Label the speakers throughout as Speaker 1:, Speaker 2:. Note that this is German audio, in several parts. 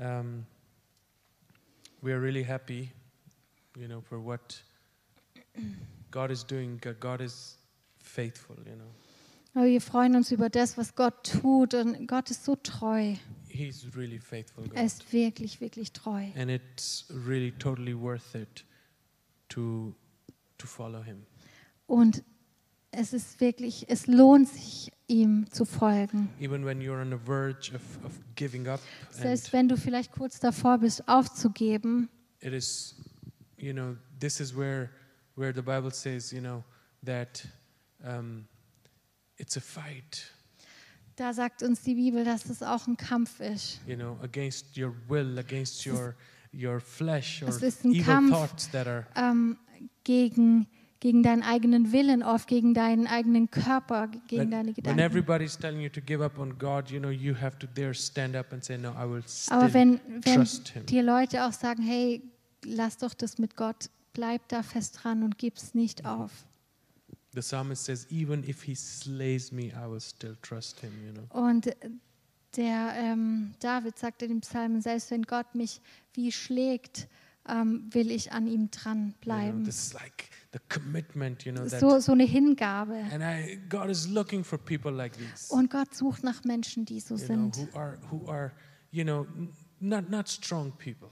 Speaker 1: Um, we are really happy, you know, for what God is doing. G- God is faithful, you know.
Speaker 2: Aber Oh, wir freuen uns über das, was Gott tut. Und Gott ist so treu.
Speaker 1: He's really faithful,
Speaker 2: Er
Speaker 1: God.
Speaker 2: ist wirklich, wirklich treu.
Speaker 1: And it's really totally worth it to, to follow Him.
Speaker 2: Und es ist wirklich, es lohnt sich, ihm zu folgen.
Speaker 1: Even when you're on the verge of, of giving up, and
Speaker 2: Selbst wenn du vielleicht kurz davor bist, aufzugeben,
Speaker 1: it is, you know, this is where, where the Bible says, you know, that um, it's a fight,
Speaker 2: da sagt uns die Bibel, dass es auch ein Kampf ist.
Speaker 1: you know, against your will, against your your flesh or
Speaker 2: Es ist ein
Speaker 1: evil
Speaker 2: Kampf.
Speaker 1: thoughts that are
Speaker 2: Ähm, gegen, gegen deinen eigenen Willen, oft gegen deinen eigenen Körper, gegen
Speaker 1: When-
Speaker 2: deine
Speaker 1: when
Speaker 2: Gedanken.
Speaker 1: everybody's telling you to give up on God, you know, you have to dare stand up and say, no, I will still
Speaker 2: Aber wenn, wenn
Speaker 1: trust Him.
Speaker 2: dir Leute auch sagen, hey, lass doch das mit Gott, bleib da fest dran und gib's nicht auf.
Speaker 1: The psalmist says, even if he slays me, I will still trust him, you know.
Speaker 2: Und der ähm, David sagte dem Psalmen, selbst wenn Gott mich wie schlägt, ähm, will ich an
Speaker 1: You know,
Speaker 2: ihm dranbleiben.
Speaker 1: this is like the commitment, you know, that
Speaker 2: So, so eine Hingabe.
Speaker 1: and I God is looking for people like these.
Speaker 2: Und Gott sucht nach Menschen, die so
Speaker 1: you know,
Speaker 2: sind.
Speaker 1: who are who are, you know, n- not not strong people,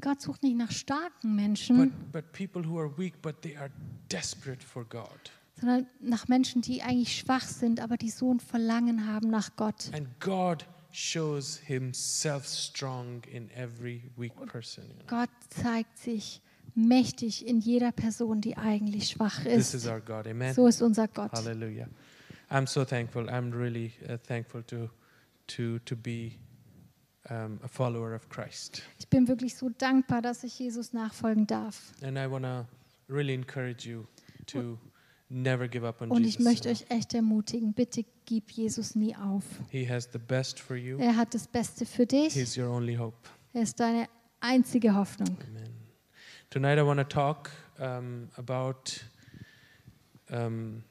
Speaker 2: Gott sucht nicht nach starken Menschen,
Speaker 1: but but people who are weak, but they are desperate for God.
Speaker 2: sondern nach Menschen, die eigentlich schwach sind, aber die so ein Verlangen haben nach Gott.
Speaker 1: And God shows himself strong in every weak person. You know?
Speaker 2: Gott zeigt sich mächtig in jeder Person, die eigentlich schwach
Speaker 1: This
Speaker 2: ist.
Speaker 1: is our God. Amen.
Speaker 2: So ist unser Gott.
Speaker 1: Hallelujah. I'm so thankful. I'm really uh, thankful to to to be um, a follower of Christ.
Speaker 2: Ich bin wirklich so dankbar, dass ich Jesus nachfolgen darf.
Speaker 1: And I want to really encourage you to never give up on
Speaker 2: Und ich
Speaker 1: Jesus.
Speaker 2: möchte
Speaker 1: you know.
Speaker 2: euch echt ermutigen, bitte gib Jesus nie auf.
Speaker 1: He has the best for you.
Speaker 2: Er hat das Beste für dich.
Speaker 1: He's your only hope.
Speaker 2: Er ist deine einzige Hoffnung.
Speaker 1: Amen. Tonight I want to talk um, about um,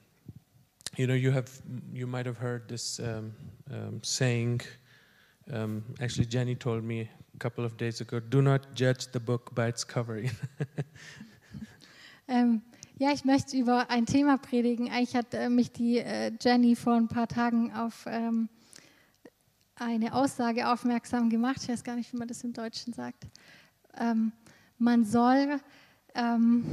Speaker 1: you know you have you might have heard this um, um, saying. Um, actually, Jenny told me a couple of days ago. Do not judge the book by its cover.
Speaker 2: Ähm, ja, ich möchte über ein Thema predigen. Eigentlich hat äh, mich die äh, Jenny vor ein paar Tagen auf ähm, eine Aussage aufmerksam gemacht. Ich weiß gar nicht, wie man das im Deutschen sagt. Ähm, man soll ähm,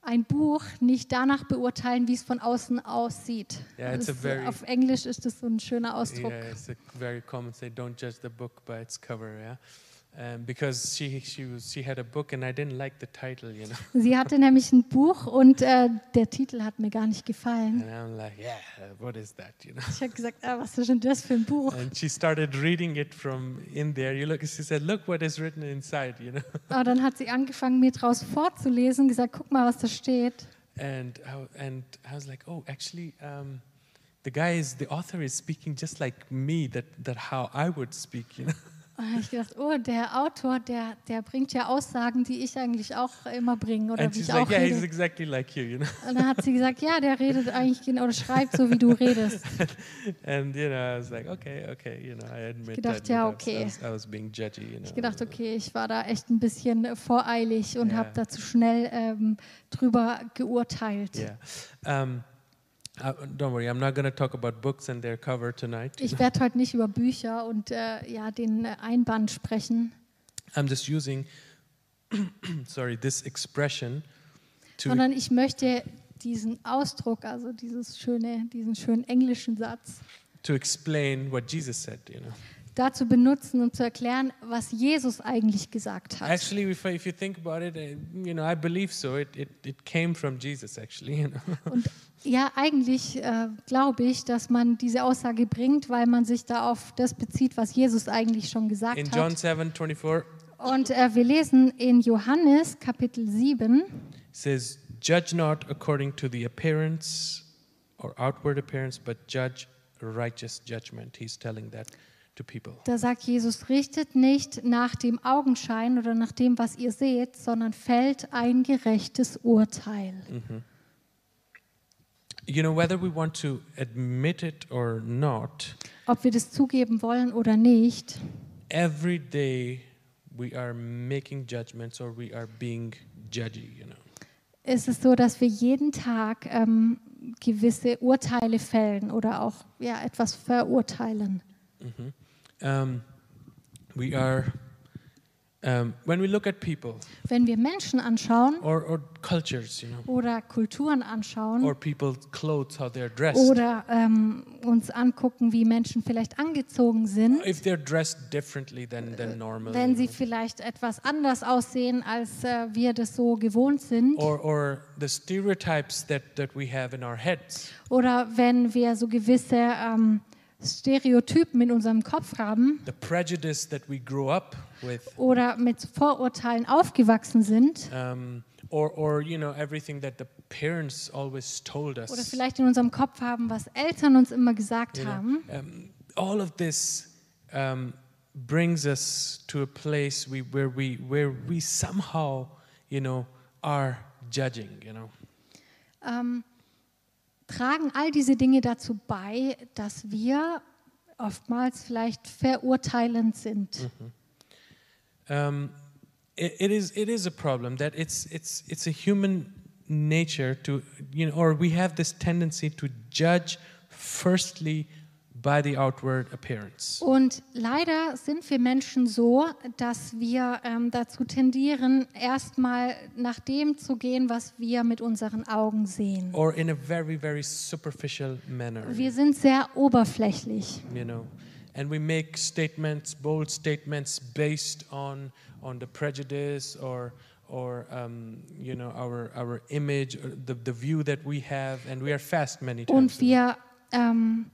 Speaker 2: ein Buch nicht danach beurteilen, wie es von außen aussieht.
Speaker 1: Ja, it's a
Speaker 2: Das ist,
Speaker 1: very-
Speaker 2: auf Englisch ist das so ein schöner
Speaker 1: yeah,
Speaker 2: Ausdruck.
Speaker 1: it's a very common say. Don't judge the book by its cover. Yeah. Um, because she she was, she had a book and I didn't like the title, you know.
Speaker 2: Sie hatte nämlich ein Buch und äh, der Titel hat mir gar nicht gefallen.
Speaker 1: And I'm like, yeah, what is that, you know?
Speaker 2: Ich habe gesagt, ah, was ist denn das für ein Buch?
Speaker 1: And she started reading it from in there. You look, she said, look what is written inside, you know.
Speaker 2: Aber dann hat sie angefangen, mir draus vorzulesen, gesagt, guck mal, was da steht.
Speaker 1: And I, and I was like, oh, actually, um, the guy is the author is speaking just like me. That that how I would speak, you know.
Speaker 2: Und dann habe ich gedacht, oh, der Autor, der, der bringt ja Aussagen, die ich eigentlich auch immer bringe oder
Speaker 1: and
Speaker 2: wie
Speaker 1: she's
Speaker 2: ich
Speaker 1: like,
Speaker 2: auch
Speaker 1: yeah, he's
Speaker 2: rede.
Speaker 1: exactly like you, you know.
Speaker 2: Und dann hat sie gesagt, ja, der redet eigentlich genau oder schreibt so, wie du redest.
Speaker 1: And you know, I was like, okay, okay, you know, I admit
Speaker 2: gedacht,
Speaker 1: that you know,
Speaker 2: ja,
Speaker 1: I was- I,
Speaker 2: okay.
Speaker 1: was, I was being judgy, you know.
Speaker 2: Ich gedacht, okay, ich war da echt ein bisschen äh, voreilig und
Speaker 1: Ja.
Speaker 2: habe da zu schnell ähm, drüber geurteilt.
Speaker 1: Yeah. Um, uh, don't worry, I'm not going to talk about books and their cover tonight.
Speaker 2: Ich werde heute nicht über Bücher und äh, ja, den äh, Einband sprechen,
Speaker 1: I'm just using, sorry, this expression to
Speaker 2: sondern ich möchte diesen Ausdruck, also dieses schöne, diesen schönen englischen Satz,
Speaker 1: to explain what Jesus said. You know,
Speaker 2: dazu benutzen, um zu erklären, was Jesus eigentlich gesagt hat.
Speaker 1: actually, if, I, if you think about it, uh, you know, I believe so. It, it it came from Jesus, actually. You know,
Speaker 2: Und ja, eigentlich äh, glaube ich, dass man diese Aussage bringt, weil man sich da auf das bezieht, was Jesus eigentlich schon gesagt
Speaker 1: in John
Speaker 2: hat.
Speaker 1: 7, 24
Speaker 2: Und äh, wir lesen in Johannes Kapitel 7,
Speaker 1: it says, "Judge not according to the appearance or outward appearance, but judge righteous judgment." He's telling that to people.
Speaker 2: da sagt Jesus, richtet nicht nach dem Augenschein oder nach dem, was ihr seht, sondern fällt ein gerechtes Urteil.
Speaker 1: Mhm. You know, whether we want to admit it or not,
Speaker 2: Ob wir das zugeben wollen oder nicht,
Speaker 1: every day we are making judgments or we are being judgy, you know.
Speaker 2: ist es so, dass wir jeden Tag ähm, gewisse Urteile fällen oder auch ja, etwas verurteilen.
Speaker 1: Um, we are, um, when we look at people
Speaker 2: Wenn wir Menschen anschauen
Speaker 1: or, or cultures, you know,
Speaker 2: oder Kulturen anschauen
Speaker 1: or people's clothes, how they're dressed,
Speaker 2: oder ähm, uns angucken, wie Menschen vielleicht angezogen sind,
Speaker 1: if they're dressed differently than, than normal,
Speaker 2: wenn
Speaker 1: you
Speaker 2: sie
Speaker 1: know,
Speaker 2: vielleicht etwas anders aussehen, als äh, wir das so gewohnt sind,
Speaker 1: or, or the stereotypes that, that we have in our heads,
Speaker 2: oder wenn wir so gewisse ähm, Stereotypen in unserem Kopf haben
Speaker 1: the prejudice that we grew up with.
Speaker 2: oder mit Vorurteilen aufgewachsen sind.
Speaker 1: um, or, or you know everything that the parents always told us.
Speaker 2: Oder vielleicht in unserem Kopf haben, was Eltern uns immer gesagt
Speaker 1: you know.
Speaker 2: haben.
Speaker 1: Um, all of this um, brings us to a place we, where we where we somehow you know are judging. You know,
Speaker 2: Ähm, tragen all diese Dinge dazu bei, dass wir oftmals vielleicht verurteilend sind.
Speaker 1: um, it, it is it is a problem that it's it's it's a human nature to you know or we have this tendency to judge firstly by the outward appearance.
Speaker 2: Und leider sind wir Menschen so, dass wir ähm, dazu tendieren, erstmal nach dem zu gehen, was wir mit unseren Augen sehen.
Speaker 1: Or in a very, very superficial manner.
Speaker 2: Wir sind sehr oberflächlich.
Speaker 1: you know and we make statements bold statements based on on the prejudice or or um, you know our our image or the, the view that we have and we are fast many times
Speaker 2: Und wir, ähm,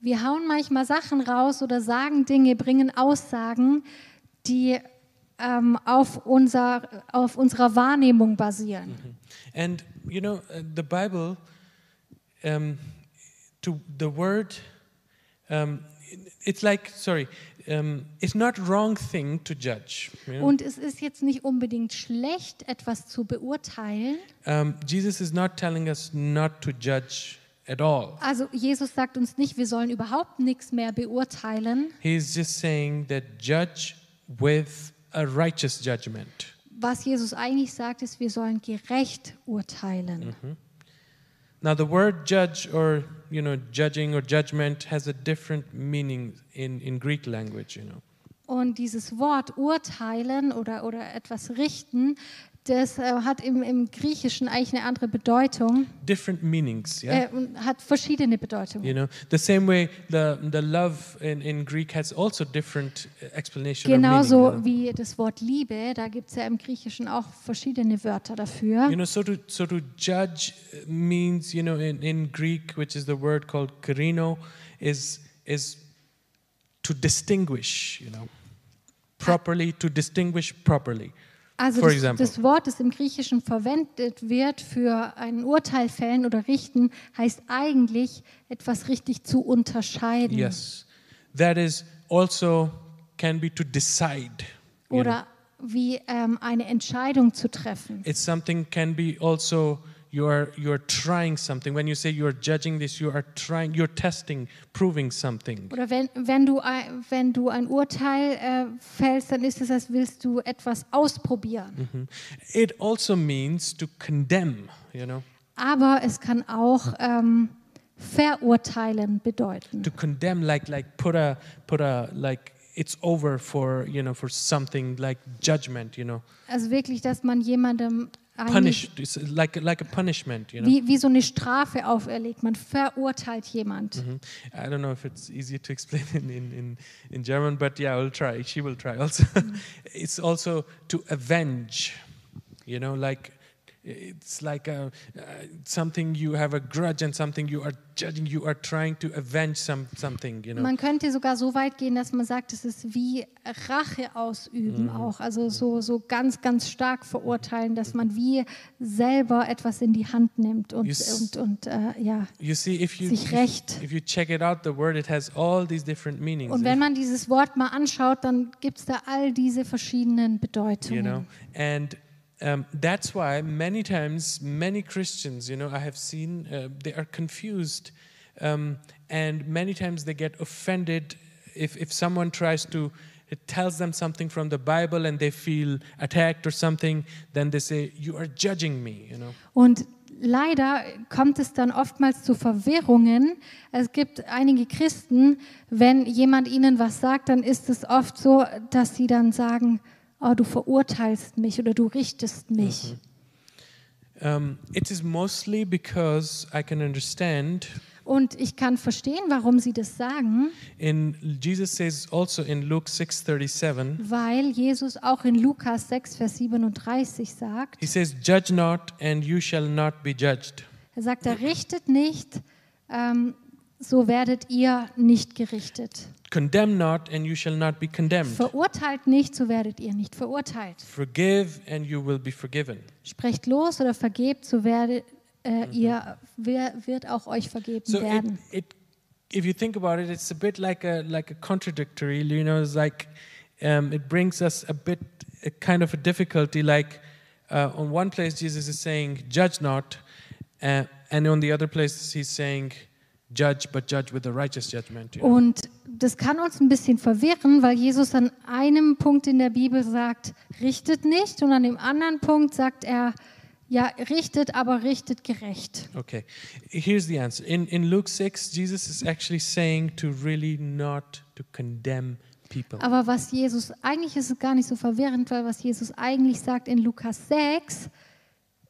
Speaker 2: wir hauen manchmal Sachen raus oder sagen Dinge, bringen Aussagen, die ähm, auf, unser, auf unserer Wahrnehmung basieren.
Speaker 1: Mm-hmm. and you know uh, the bible um, to the word um, it's like sorry um, it's not wrong thing to judge you know?
Speaker 2: Und es ist jetzt nicht unbedingt schlecht, etwas zu beurteilen.
Speaker 1: um, jesus is not telling us not to judge at all
Speaker 2: Also Jesus sagt uns nicht, wir sollen überhaupt nichts mehr beurteilen.
Speaker 1: He's just saying that judge with a righteous judgment.
Speaker 2: Was Jesus eigentlich sagt, ist, wir sollen gerecht urteilen.
Speaker 1: Now the word judge or you know judging or judgment has a different meaning in, in Greek language, you know.
Speaker 2: Und dieses Wort urteilen oder, oder etwas richten, das äh, hat im, im Griechischen eigentlich eine andere Bedeutung,
Speaker 1: Different meanings, yeah.
Speaker 2: äh, und hat verschiedene Bedeutungen.
Speaker 1: you know, the same way the the love in, in Greek has also different explanation or meaning, you know.
Speaker 2: Genauso wie das Wort Liebe, da gibt es ja im Griechischen auch verschiedene Wörter dafür.
Speaker 1: You know, so to so to judge means you know in, in Greek, which is the word called kerino, is is to distinguish. You know, properly to distinguish properly.
Speaker 2: Also
Speaker 1: for
Speaker 2: das,
Speaker 1: example.
Speaker 2: das Wort, das im Griechischen verwendet wird für ein Urteil fällen oder richten, heißt eigentlich etwas richtig zu unterscheiden
Speaker 1: Yes, that is also can be to decide. you know.
Speaker 2: oder wie ähm, eine Entscheidung zu treffen.
Speaker 1: It's something can be also you are you are trying something. When you say you are judging this, you are trying, you're testing, proving something.
Speaker 2: Oder wenn, wenn, du ein, wenn du ein Urteil äh, fällst, dann ist es, als willst du etwas ausprobieren.
Speaker 1: Mhm. It also means to condemn. You know.
Speaker 2: Aber es kann auch ähm, verurteilen bedeuten.
Speaker 1: to condemn like like put a put a like it's over for you know for something like judgment you know
Speaker 2: Also wirklich, dass man jemandem
Speaker 1: punish
Speaker 2: eigentlich
Speaker 1: it's like like a punishment you know
Speaker 2: wie, wie so eine Strafe auferlegt. Man verurteilt jemand.
Speaker 1: Mhm. i don't know if it's easier to explain in in in, in german but yeah i'll try she will try also it's also to avenge you know like it's like a, uh, something you have a grudge and something you are judging you are trying to avenge some something you know
Speaker 2: Man könnte sogar so weit gehen, dass man sagt, es ist wie Rache ausüben
Speaker 1: Mhm.
Speaker 2: auch. Also so, so ganz, ganz stark verurteilen, dass man wie selber etwas in die Hand nimmt und,
Speaker 1: Yes.
Speaker 2: und, und äh, ja,
Speaker 1: you see if you
Speaker 2: sich rächt.
Speaker 1: If you check it out, the word it has all these different meanings.
Speaker 2: Und wenn man dieses Wort mal anschaut, dann gibt es da all diese verschiedenen
Speaker 1: you
Speaker 2: Bedeutungen.
Speaker 1: know, and um, that's why many times many Christians, you know, I have seen uh, they are confused, um, and many times they get offended if if someone tries to it tells them something from the Bible and they feel attacked or something, then they say, You are judging me, you know.
Speaker 2: Und leider kommt es dann oftmals zu Verwirrungen. Es gibt einige Christen, wenn jemand ihnen was sagt, dann ist es oft so, dass sie dann sagen, oh, du verurteilst mich oder du richtest mich.
Speaker 1: Um, it is mostly because I can understand.
Speaker 2: Und ich kann verstehen, warum sie das sagen,
Speaker 1: In Jesus says also in Luke 6:37,
Speaker 2: weil Jesus auch in Lukas 6, Vers 37 sagt,
Speaker 1: he says, "Judge not, and you shall not be judged."
Speaker 2: Er sagt, er richtet nicht, ähm, so werdet ihr nicht gerichtet.
Speaker 1: Condemn not, and you shall not be condemned.
Speaker 2: Verurteilt nicht, so werdet ihr nicht verurteilt.
Speaker 1: Forgive, and you will be forgiven.
Speaker 2: Sprecht los oder vergebt, so werdet äh, ihr, wer, wird auch euch vergeben
Speaker 1: So it,
Speaker 2: werden.
Speaker 1: it, if you think about it, it's a bit like a like a contradictory. You know, it's like um, it brings us a bit a kind of a difficulty. Like uh, on one place, Jesus is saying, "Judge not," uh, and on the other place, he's saying, "Judge, but judge with the righteous judgment." You know?
Speaker 2: Und das kann uns ein bisschen verwirren, weil Jesus an einem Punkt in der Bibel sagt, richtet nicht und an dem anderen Punkt sagt er, ja, richtet, aber richtet gerecht.
Speaker 1: Okay, here's the answer. In in Luke six, Jesus is actually saying to really not to condemn people.
Speaker 2: Aber was Jesus, eigentlich ist es gar nicht so verwirrend, weil was Jesus eigentlich sagt in Lukas 6,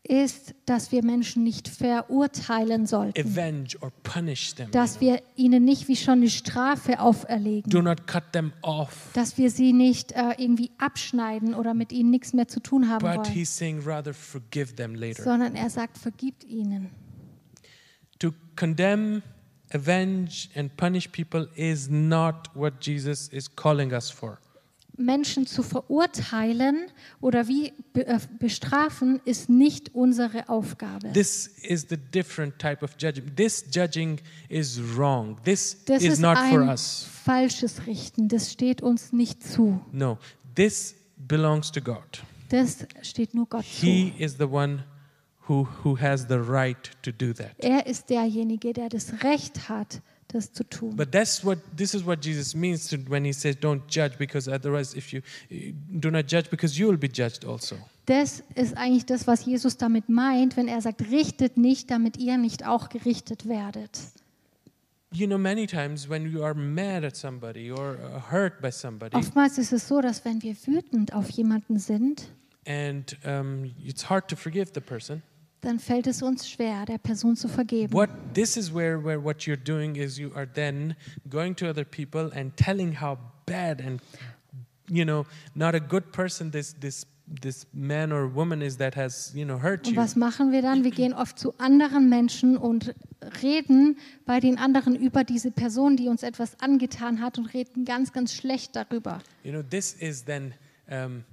Speaker 2: ist, dass wir Menschen nicht verurteilen sollten.
Speaker 1: Avenge or punish them. you
Speaker 2: Dass
Speaker 1: know?
Speaker 2: wir ihnen nicht wie schon eine Strafe auferlegen.
Speaker 1: Do not cut them off.
Speaker 2: Dass wir sie nicht äh, irgendwie abschneiden oder mit ihnen nichts mehr zu tun haben
Speaker 1: But
Speaker 2: wollen.
Speaker 1: he's saying rather forgive them later.
Speaker 2: Sondern er sagt, vergibt ihnen.
Speaker 1: To condemn, avenge, and punish people is not what Jesus is calling us for.
Speaker 2: Menschen zu verurteilen oder wie be äh, bestrafen, ist nicht unsere Aufgabe.
Speaker 1: This is the different type of judging. This judging is wrong. This
Speaker 2: Das
Speaker 1: is
Speaker 2: ist
Speaker 1: not for
Speaker 2: ein
Speaker 1: us.
Speaker 2: falsches Richten. Das steht uns nicht zu.
Speaker 1: No, this belongs to God.
Speaker 2: Das steht nur Gott zu.
Speaker 1: He is the one who, who has the right to do that.
Speaker 2: Er ist derjenige, der das Recht hat, das zu tun.
Speaker 1: But that's what this is what Jesus means to- when he says don't judge because otherwise if you do not judge because you will be judged also.
Speaker 2: Das ist eigentlich das, was Jesus damit meint, wenn er sagt, richtet nicht, damit ihr nicht auch gerichtet werdet.
Speaker 1: You know, many times when you are mad at somebody or uh, hurt by somebody,
Speaker 2: Oftmals ist es so, dass wenn wir wütend auf jemanden sind,
Speaker 1: and um, it's hard to forgive the person.
Speaker 2: dann fällt es uns schwer, der Person zu vergeben.
Speaker 1: What this is where, where what you're doing is you are then going to other people and telling how bad and you know not a good person this this this man or woman is that has you know hurt
Speaker 2: Und
Speaker 1: you.
Speaker 2: was machen wir dann? Wir gehen oft zu anderen Menschen und reden bei den anderen über diese Person, die uns etwas angetan hat und reden ganz, ganz schlecht darüber.
Speaker 1: You know this is then um,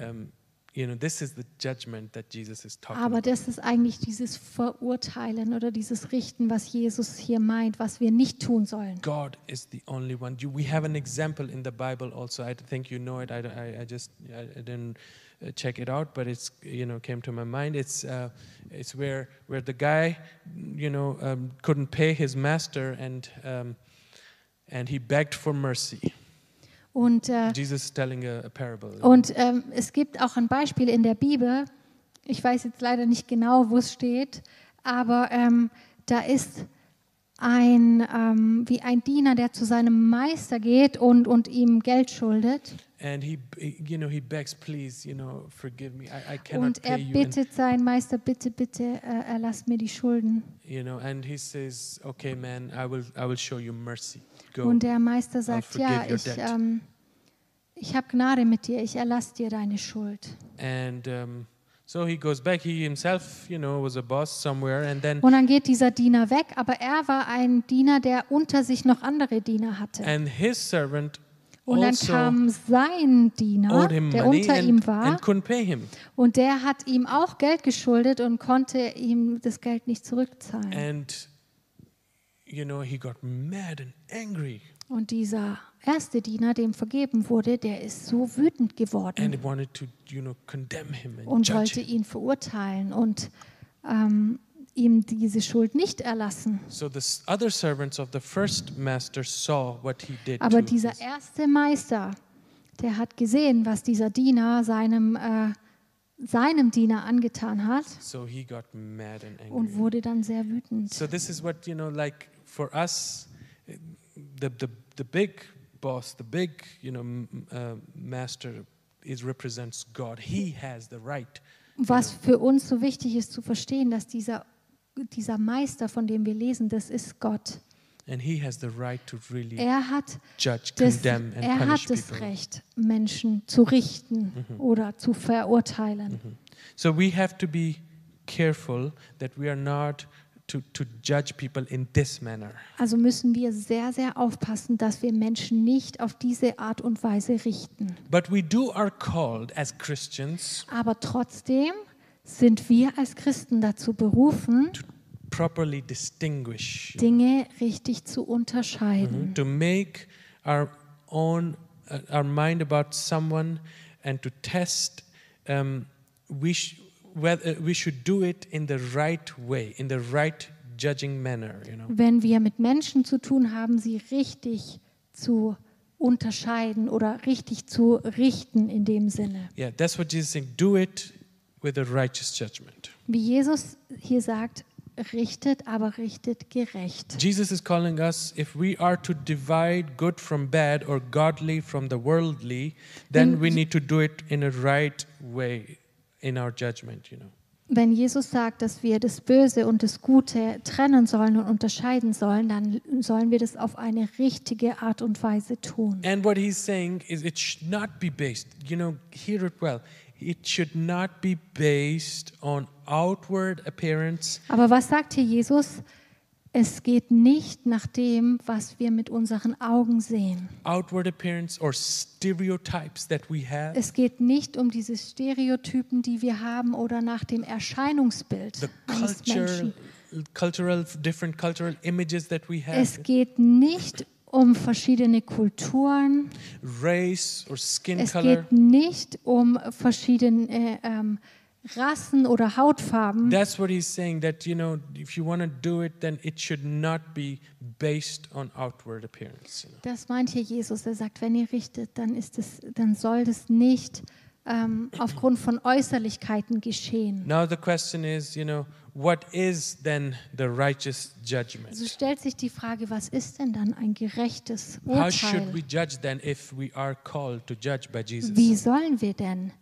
Speaker 1: um, you know this is the judgment that Jesus is talking
Speaker 2: Aber
Speaker 1: about.
Speaker 2: das ist eigentlich dieses Verurteilen oder dieses Richten, was Jesus hier meint, was wir nicht tun sollen.
Speaker 1: God is the only one. You, we have an example in the Bible also. I think you know it. I, I, I just I, I didn't uh, check it out, but it's you know came to my mind. It's uh, it's where where the guy you know um, couldn't pay his master and um, and he begged for mercy.
Speaker 2: Und, äh,
Speaker 1: Jesus is telling a, a parable.
Speaker 2: und ähm, es gibt auch ein Beispiel in der Bibel, ich weiß jetzt leider nicht genau, wo es steht, aber ähm, da ist ein, ähm, wie ein Diener, der zu seinem Meister geht und, und ihm Geld schuldet.
Speaker 1: and he b- you know he begs, please you know forgive me. I, I cannot
Speaker 2: Und
Speaker 1: pay
Speaker 2: er
Speaker 1: you. And,
Speaker 2: bittet seinen Meister, bitte, bitte, äh, erlass mir die Schulden.
Speaker 1: you know, and he says, okay, man, I will I will show you mercy. Go.
Speaker 2: Und der Meister sagt,
Speaker 1: forgive
Speaker 2: ja,
Speaker 1: your
Speaker 2: ich,
Speaker 1: debt.
Speaker 2: ähm, ich habe Gnade mit dir, ich erlasse dir deine Schuld.
Speaker 1: And um, so he goes back. He himself, you know, was a boss somewhere. And then,
Speaker 2: Und dann geht dieser Diener weg, aber er war ein Diener, der unter sich noch andere Diener hatte.
Speaker 1: and his servant
Speaker 2: Und dann
Speaker 1: also
Speaker 2: kam sein Diener,
Speaker 1: owed him
Speaker 2: der
Speaker 1: money
Speaker 2: unter ihm
Speaker 1: and,
Speaker 2: war,
Speaker 1: and couldn't pay him.
Speaker 2: und der hat ihm auch Geld geschuldet und konnte ihm das Geld nicht zurückzahlen.
Speaker 1: And, you know, he got mad and angry
Speaker 2: Und dieser erste Diener, dem vergeben wurde, der ist so wütend geworden.
Speaker 1: and wanted to, you know, condemn him and
Speaker 2: Mm. und
Speaker 1: judge
Speaker 2: wollte
Speaker 1: him.
Speaker 2: ihn verurteilen und ähm, ihm diese Schuld nicht erlassen.
Speaker 1: So the s- other servants of the first master saw what he did.
Speaker 2: Aber
Speaker 1: to
Speaker 2: dieser
Speaker 1: his-
Speaker 2: erste Meister, der hat gesehen, was dieser Diener seinem, äh, seinem Diener angetan hat
Speaker 1: So he got mad and angry.
Speaker 2: und wurde dann sehr wütend.
Speaker 1: So this is what you know, like for us, eh, the the the big boss, the big you know m- uh, master, is represents God. He has the right.
Speaker 2: Was
Speaker 1: genau.
Speaker 2: für uns so wichtig ist zu verstehen, dass dieser, dieser Meister, von dem wir lesen, das ist Gott.
Speaker 1: And he has the right to really
Speaker 2: Er hat
Speaker 1: judge,
Speaker 2: das,
Speaker 1: condemn, and
Speaker 2: er
Speaker 1: punish
Speaker 2: hat das
Speaker 1: people. Mhm.
Speaker 2: Recht, Menschen zu richten oder zu verurteilen.
Speaker 1: So we have to be careful that we are not to, to judge people in this manner.
Speaker 2: Also müssen wir sehr, sehr aufpassen, dass wir Menschen nicht auf diese Art und Weise richten.
Speaker 1: But we do are called as Christians
Speaker 2: Aber trotzdem sind wir als Christen dazu berufen,
Speaker 1: properly distinguish
Speaker 2: Dinge richtig zu unterscheiden.
Speaker 1: to make our own uh, our mind about someone and to test um, we sh- whether uh, we should do it in the right way in the right judging manner you know
Speaker 2: Wenn wir mit Menschen zu tun haben, sie richtig zu unterscheiden oder richtig zu richten in dem Sinne.
Speaker 1: yeah that's what jesus saying do it with a righteous judgment
Speaker 2: Wie Jesus hier sagt, richtet, aber richtet gerecht.
Speaker 1: jesus is calling us if we are to divide good from bad or godly from the worldly then we need to do it in a right way in our judgment you know
Speaker 2: Wenn Jesus sagt, dass wir das Böse und das Gute trennen sollen und unterscheiden sollen, dann sollen wir das auf eine richtige Art und Weise tun.
Speaker 1: And what he's saying is it should not be based, you know, hear it well. It should not be based on outward appearance.
Speaker 2: Aber was sagt hier Jesus? Es geht nicht nach dem, was wir mit unseren Augen sehen.
Speaker 1: Outward appearance or stereotypes that we have,
Speaker 2: Es geht nicht um diese Stereotypen, die wir haben oder nach dem Erscheinungsbild
Speaker 1: the
Speaker 2: eines Menschen.
Speaker 1: culture, cultural, different cultural images that we
Speaker 2: Es
Speaker 1: have,
Speaker 2: geht nicht um verschiedene Kulturen.
Speaker 1: race or skin
Speaker 2: Es
Speaker 1: color.
Speaker 2: geht nicht um verschiedene äh, ähm, Rassen oder Hautfarben.
Speaker 1: That's what he's saying that, you know, if you want to do it, then it should not be based on outward appearance. You know?
Speaker 2: Das meint hier Jesus. Er sagt, wenn ihr richtet, dann, ist es, dann soll das nicht ähm, aufgrund von Äußerlichkeiten geschehen.
Speaker 1: Now the question is, you know, what is then the righteous judgment?
Speaker 2: Also stellt sich die Frage, was ist denn dann ein gerechtes
Speaker 1: How should we
Speaker 2: Urteil?
Speaker 1: judge then if we are called to judge by Jesus?
Speaker 2: Wie sollen wir denn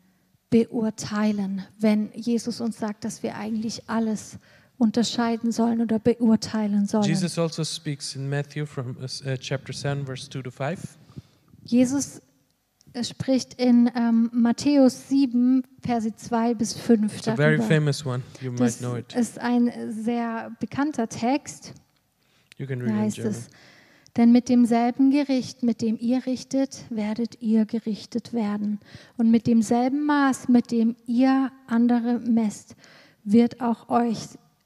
Speaker 2: beurteilen, wenn Jesus uns sagt, dass wir eigentlich alles unterscheiden sollen oder beurteilen sollen?
Speaker 1: Jesus also speaks in Matthew from uh, chapter 7 verse 2 to 5.
Speaker 2: Jesus äh, spricht in ähm, Matthäus 7, Verse 2 bis 5
Speaker 1: It's a very
Speaker 2: darüber.
Speaker 1: famous one. You might
Speaker 2: Das
Speaker 1: know it.
Speaker 2: ist ein sehr bekannter Text.
Speaker 1: You can
Speaker 2: Da
Speaker 1: read it in
Speaker 2: heißt
Speaker 1: German.
Speaker 2: es, denn mit demselben Gericht, mit dem ihr richtet, werdet ihr gerichtet werden. Und mit demselben Maß, mit dem ihr andere messt, wird auch euch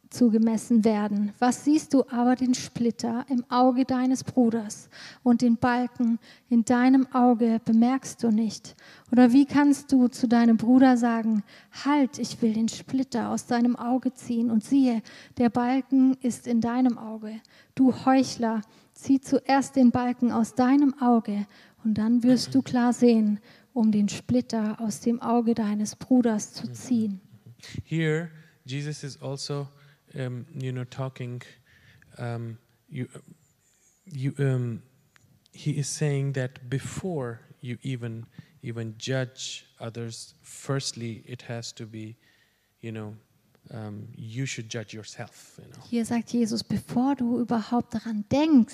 Speaker 2: zugemessen werden. Was siehst du aber den Splitter im Auge deines Bruders und den Balken in deinem Auge bemerkst du nicht? Oder wie kannst du zu deinem Bruder sagen, halt, ich will den Splitter aus deinem Auge ziehen und siehe, der Balken ist in deinem Auge. Du Heuchler, zieh zuerst den Balken aus deinem Auge und dann wirst du klar sehen, um den Splitter aus dem Auge deines Bruders zu ziehen.
Speaker 1: Here, Jesus is also, um, you know, talking. Um, you, you, um, he is saying that before you even even judge others, firstly, it has to be, you know, um, you should judge yourself. You know,
Speaker 2: Hier sagt Jesus, bevor du überhaupt daran denkst,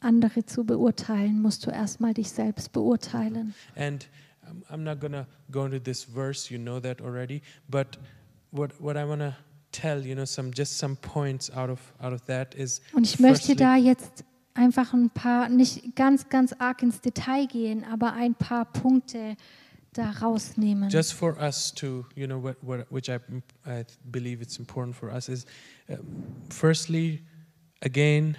Speaker 2: andere zu beurteilen, musst du erstmal dich selbst beurteilen.
Speaker 1: and um, I'm not gonna go into this verse. You know that already. But what what I wanna tell you know some just some points out of out of that is
Speaker 2: Und ich möchte
Speaker 1: firstly-
Speaker 2: da jetzt einfach ein paar, nicht ganz, ganz arg ins Detail gehen, aber ein paar Punkte da rausnehmen.
Speaker 1: just for us to you know what, what which I, I believe it's important for us is um, firstly again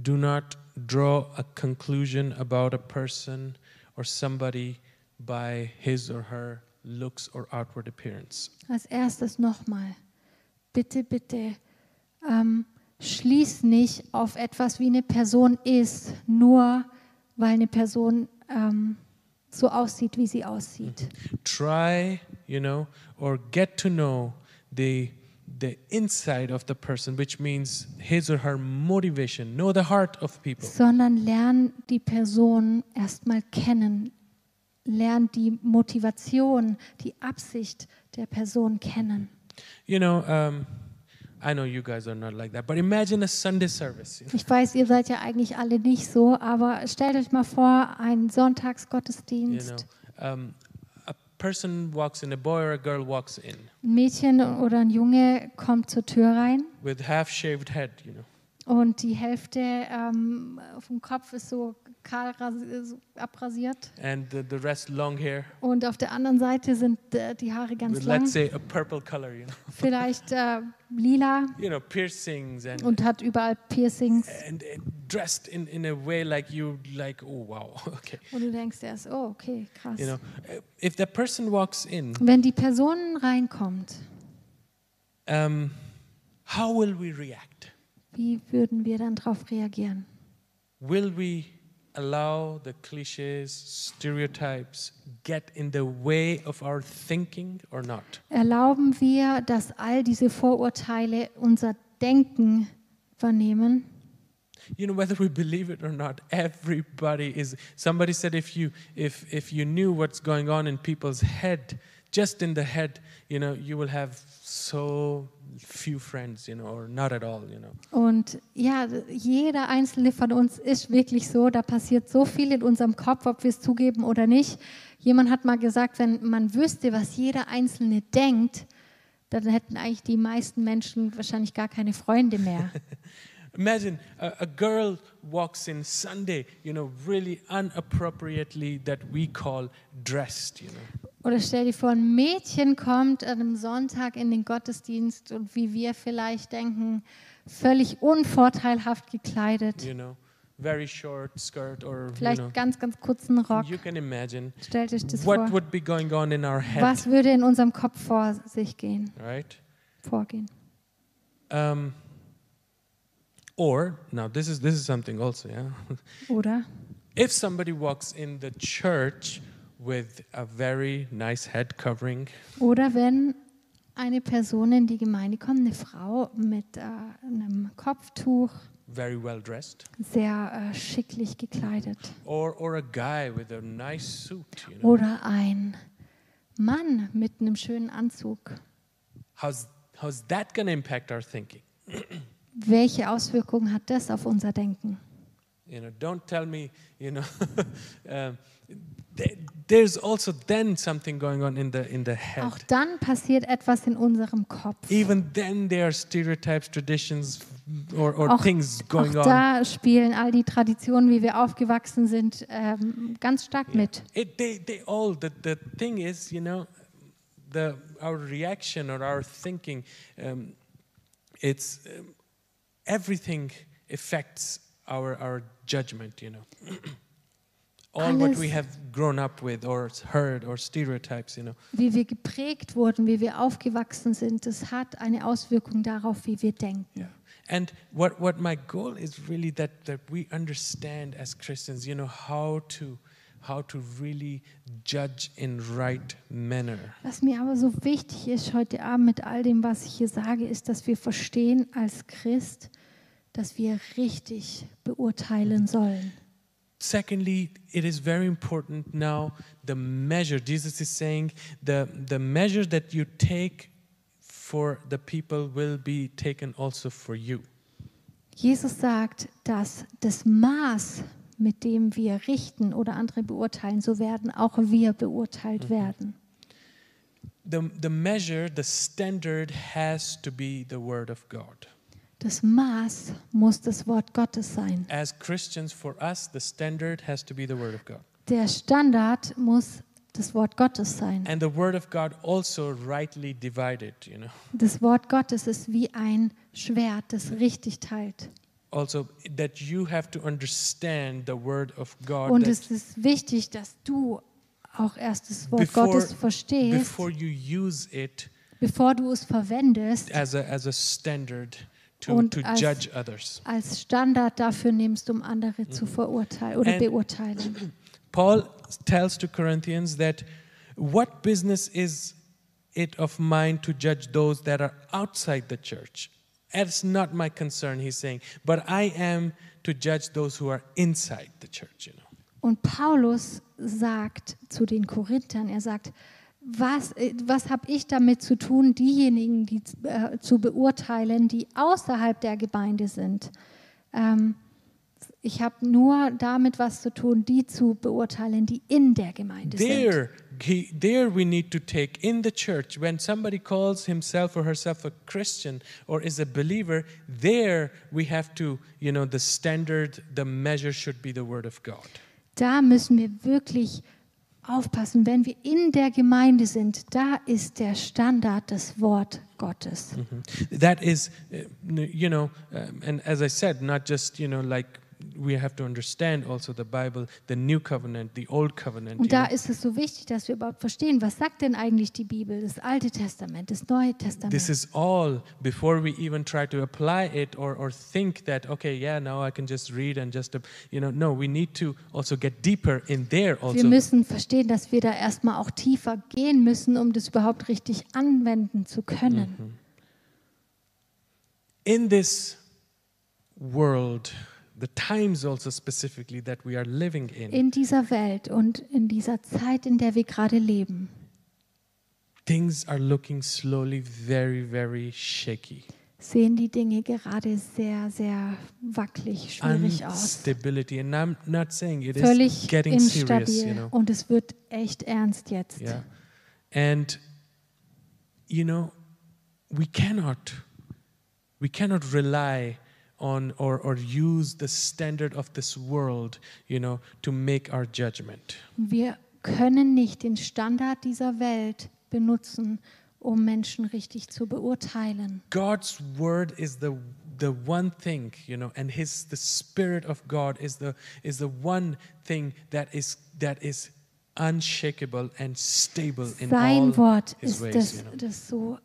Speaker 1: do not draw a conclusion about a person or somebody by his or her looks or outward appearance
Speaker 2: Als erstes nochmal, bitte, bitte, ähm, schließ nicht auf etwas, wie eine Person ist, nur weil eine Person, ähm, so aussieht, wie sie aussieht.
Speaker 1: Mhm. Try, you know, or get to know the the inside of the person, which means his or her motivation. Know the heart of people.
Speaker 2: Sondern lern die Person erstmal kennen. Lern die Motivation, die Absicht der Person kennen.
Speaker 1: You know, um, I know you guys are not like that, but imagine a Sunday service. you know.
Speaker 2: Ich weiß, ihr seid ja eigentlich alle nicht so, aber stellt euch mal vor, ein
Speaker 1: You
Speaker 2: Sonntagsgottesdienst.
Speaker 1: know, um, a person walks in, a boy or a girl walks in
Speaker 2: Ein Mädchen oder ein Junge kommt zur Tür rein
Speaker 1: with half-shaved head. You know,
Speaker 2: und die Hälfte ähm, vom Kopf ist so kahl rasi- so abrasiert
Speaker 1: and the, the rest long hair
Speaker 2: und auf der anderen Seite sind äh, die Haare ganz
Speaker 1: with,
Speaker 2: lang,
Speaker 1: let's say, a purple color. You know,
Speaker 2: vielleicht äh, lila
Speaker 1: you know, piercings and
Speaker 2: und hat überall Piercings.
Speaker 1: and uh, dressed in, in a way like you like oh wow okay
Speaker 2: Und du denkst erst, oh, okay, krass.
Speaker 1: you know uh, if the person walks in
Speaker 2: Wenn die Person reinkommt,
Speaker 1: um, how will we react
Speaker 2: wie würden wir dann darauf reagieren?
Speaker 1: will we allow the cliches stereotypes get in the way of our thinking or not
Speaker 2: Erlauben wir, dass all diese Vorurteile unser Denken vernehmen?
Speaker 1: you know whether we believe it or not everybody is somebody said if you if if you knew what's going on in people's head just in the head you know you will have so few friends you know or not at all you know
Speaker 2: Und ja, jeder einzelne von uns ist wirklich so, da passiert so viel in unserem Kopf, ob wir es zugeben oder nicht. Jemand hat mal gesagt, wenn man wüsste, was jeder einzelne denkt, dann hätten eigentlich die meisten Menschen wahrscheinlich gar keine Freunde mehr.
Speaker 1: Imagine a, a girl walks in Sunday, you know, really unappropriately that we call dressed, you know.
Speaker 2: Oder stell dir vor, ein Mädchen kommt an einem Sonntag in den Gottesdienst und wie wir vielleicht denken, völlig unvorteilhaft gekleidet.
Speaker 1: You know, very short skirt or
Speaker 2: Vielleicht
Speaker 1: you know.
Speaker 2: ganz, ganz kurzen Rock.
Speaker 1: genau. You can imagine
Speaker 2: Stellt euch das
Speaker 1: what
Speaker 2: vor.
Speaker 1: would be going on in our head,
Speaker 2: Was würde in unserem Kopf vor sich gehen,
Speaker 1: right?
Speaker 2: vorgehen?
Speaker 1: Um, or now this is this is something also, yeah.
Speaker 2: Oder?
Speaker 1: if somebody walks in the church with a very nice head covering,
Speaker 2: Oder wenn eine Person in die Gemeinde kommt, eine Frau mit äh, einem Kopftuch,
Speaker 1: very well dressed,
Speaker 2: sehr äh, schicklich gekleidet.
Speaker 1: or or a guy with a nice suit, you know.
Speaker 2: Oder ein Mann mit einem schönen Anzug.
Speaker 1: How's, how's that going to impact our thinking?
Speaker 2: Welche Auswirkungen hat das auf unser Denken?
Speaker 1: You know, don't tell me, you know, um, th- there's also then something going on in the, in the head.
Speaker 2: Auch dann passiert etwas in unserem Kopf.
Speaker 1: Even then there are stereotypes, traditions, mm, or, or
Speaker 2: Auch-
Speaker 1: things
Speaker 2: Auch
Speaker 1: going on.
Speaker 2: da spielen all die Traditionen, wie wir aufgewachsen sind, ähm, ganz stark mit.
Speaker 1: It, they, they all, the, the thing is, you know, the, our reaction or our thinking, um, it's um, everything affects our, our judgment, you know. All what we
Speaker 2: Alles-
Speaker 1: have grown up with or heard or stereotypes, you know.
Speaker 2: Wie wir geprägt wurden, wie wir aufgewachsen sind, das hat eine Auswirkung darauf, wie wir denken.
Speaker 1: And what, what my goal is really that, that we understand as Christians, you know, how to, how to really judge in right manner.
Speaker 2: Was mir aber so wichtig ist heute Abend mit all dem, was ich hier sage, ist, dass wir verstehen als Christ, dass wir richtig beurteilen sollen.
Speaker 1: Secondly, it is very important now the measure. Jesus is saying the, the measure that you take for the people will be taken also for you.
Speaker 2: Jesus sagt, dass das Maß, mit dem wir richten oder andere beurteilen, so werden auch wir beurteilt werden.
Speaker 1: The, the measure, the standard has to be the Word of God.
Speaker 2: Das Maß muss das Wort Gottes sein.
Speaker 1: As Christians, for us, the standard has to be the Word of God.
Speaker 2: Der Standard muss das Wort Gottes sein.
Speaker 1: And the Word of God also rightly divided, you know.
Speaker 2: Das Wort Gottes ist wie ein Schwert, das richtig teilt.
Speaker 1: Also, that you have to understand the Word of God.
Speaker 2: Und
Speaker 1: that
Speaker 2: es ist wichtig, dass du auch erst das Wort
Speaker 1: before-
Speaker 2: Gottes verstehst,
Speaker 1: Before you use it
Speaker 2: bevor du es verwendest,
Speaker 1: as a, as a standard to,
Speaker 2: Und
Speaker 1: to
Speaker 2: als-
Speaker 1: judge others.
Speaker 2: als Standard dafür nimmst, um andere zu verurteilen oder
Speaker 1: Mhm. And-
Speaker 2: beurteilen.
Speaker 1: Paul tells to Corinthians that what business is it of mine to judge those that are outside the church? That's not my concern, he's saying, but I am to judge those who are inside the church, you know.
Speaker 2: Und Paulus sagt zu den Korinthern, er sagt, was, äh, was habe ich damit zu tun, diejenigen die, äh, zu beurteilen, die außerhalb der Gemeinde sind? Ähm, ich habe nur damit was zu tun, die zu beurteilen, die in der Gemeinde sind.
Speaker 1: There, he, there we need to take in the church when somebody calls himself or herself a Christian or is a believer. There we have to, you know, the standard, the measure should be the word of God.
Speaker 2: Da müssen wir wirklich aufpassen, wenn wir in der Gemeinde sind, da ist der Standard das Wort Gottes.
Speaker 1: That is, uh, n- you know, um, and as I said, not just you know like we have to understand also the Bible, the New Covenant, the Old Covenant. you
Speaker 2: Und da
Speaker 1: know.
Speaker 2: ist es so wichtig, dass wir überhaupt verstehen, was sagt denn eigentlich die Bibel, das Alte Testament, das Neue Testament.
Speaker 1: This is all before we even try to apply it or, or think that okay, yeah, now I can just read and just uh, you know. No, we need to also get deeper in there
Speaker 2: Wir
Speaker 1: also.
Speaker 2: müssen verstehen, dass wir da erstmal auch tiefer gehen müssen, um das überhaupt richtig anwenden zu können.
Speaker 1: Mm-hmm. in this world, the times also specifically that we are living in,
Speaker 2: In dieser Welt und in dieser Zeit, in der wir gerade leben,
Speaker 1: things are looking slowly very, very shaky.
Speaker 2: sehen die Dinge gerade sehr, sehr wackelig, schwierig aus.
Speaker 1: Instability, and I'm not saying it is
Speaker 2: Völlig
Speaker 1: getting
Speaker 2: instabil.
Speaker 1: serious, you know.
Speaker 2: Und es wird echt ernst jetzt.
Speaker 1: Yeah, and you know, we cannot, we cannot rely on or or use the standard of this world, you know, to make our judgment.
Speaker 2: Wir können nicht den Standard dieser Welt benutzen, um Menschen richtig zu beurteilen.
Speaker 1: God's word is the the one thing, you know, and his the spirit of God is the is the one thing that is that is unshakable and stable in all
Speaker 2: Sein Wort
Speaker 1: his
Speaker 2: ist
Speaker 1: ways,
Speaker 2: das,
Speaker 1: you know.
Speaker 2: das so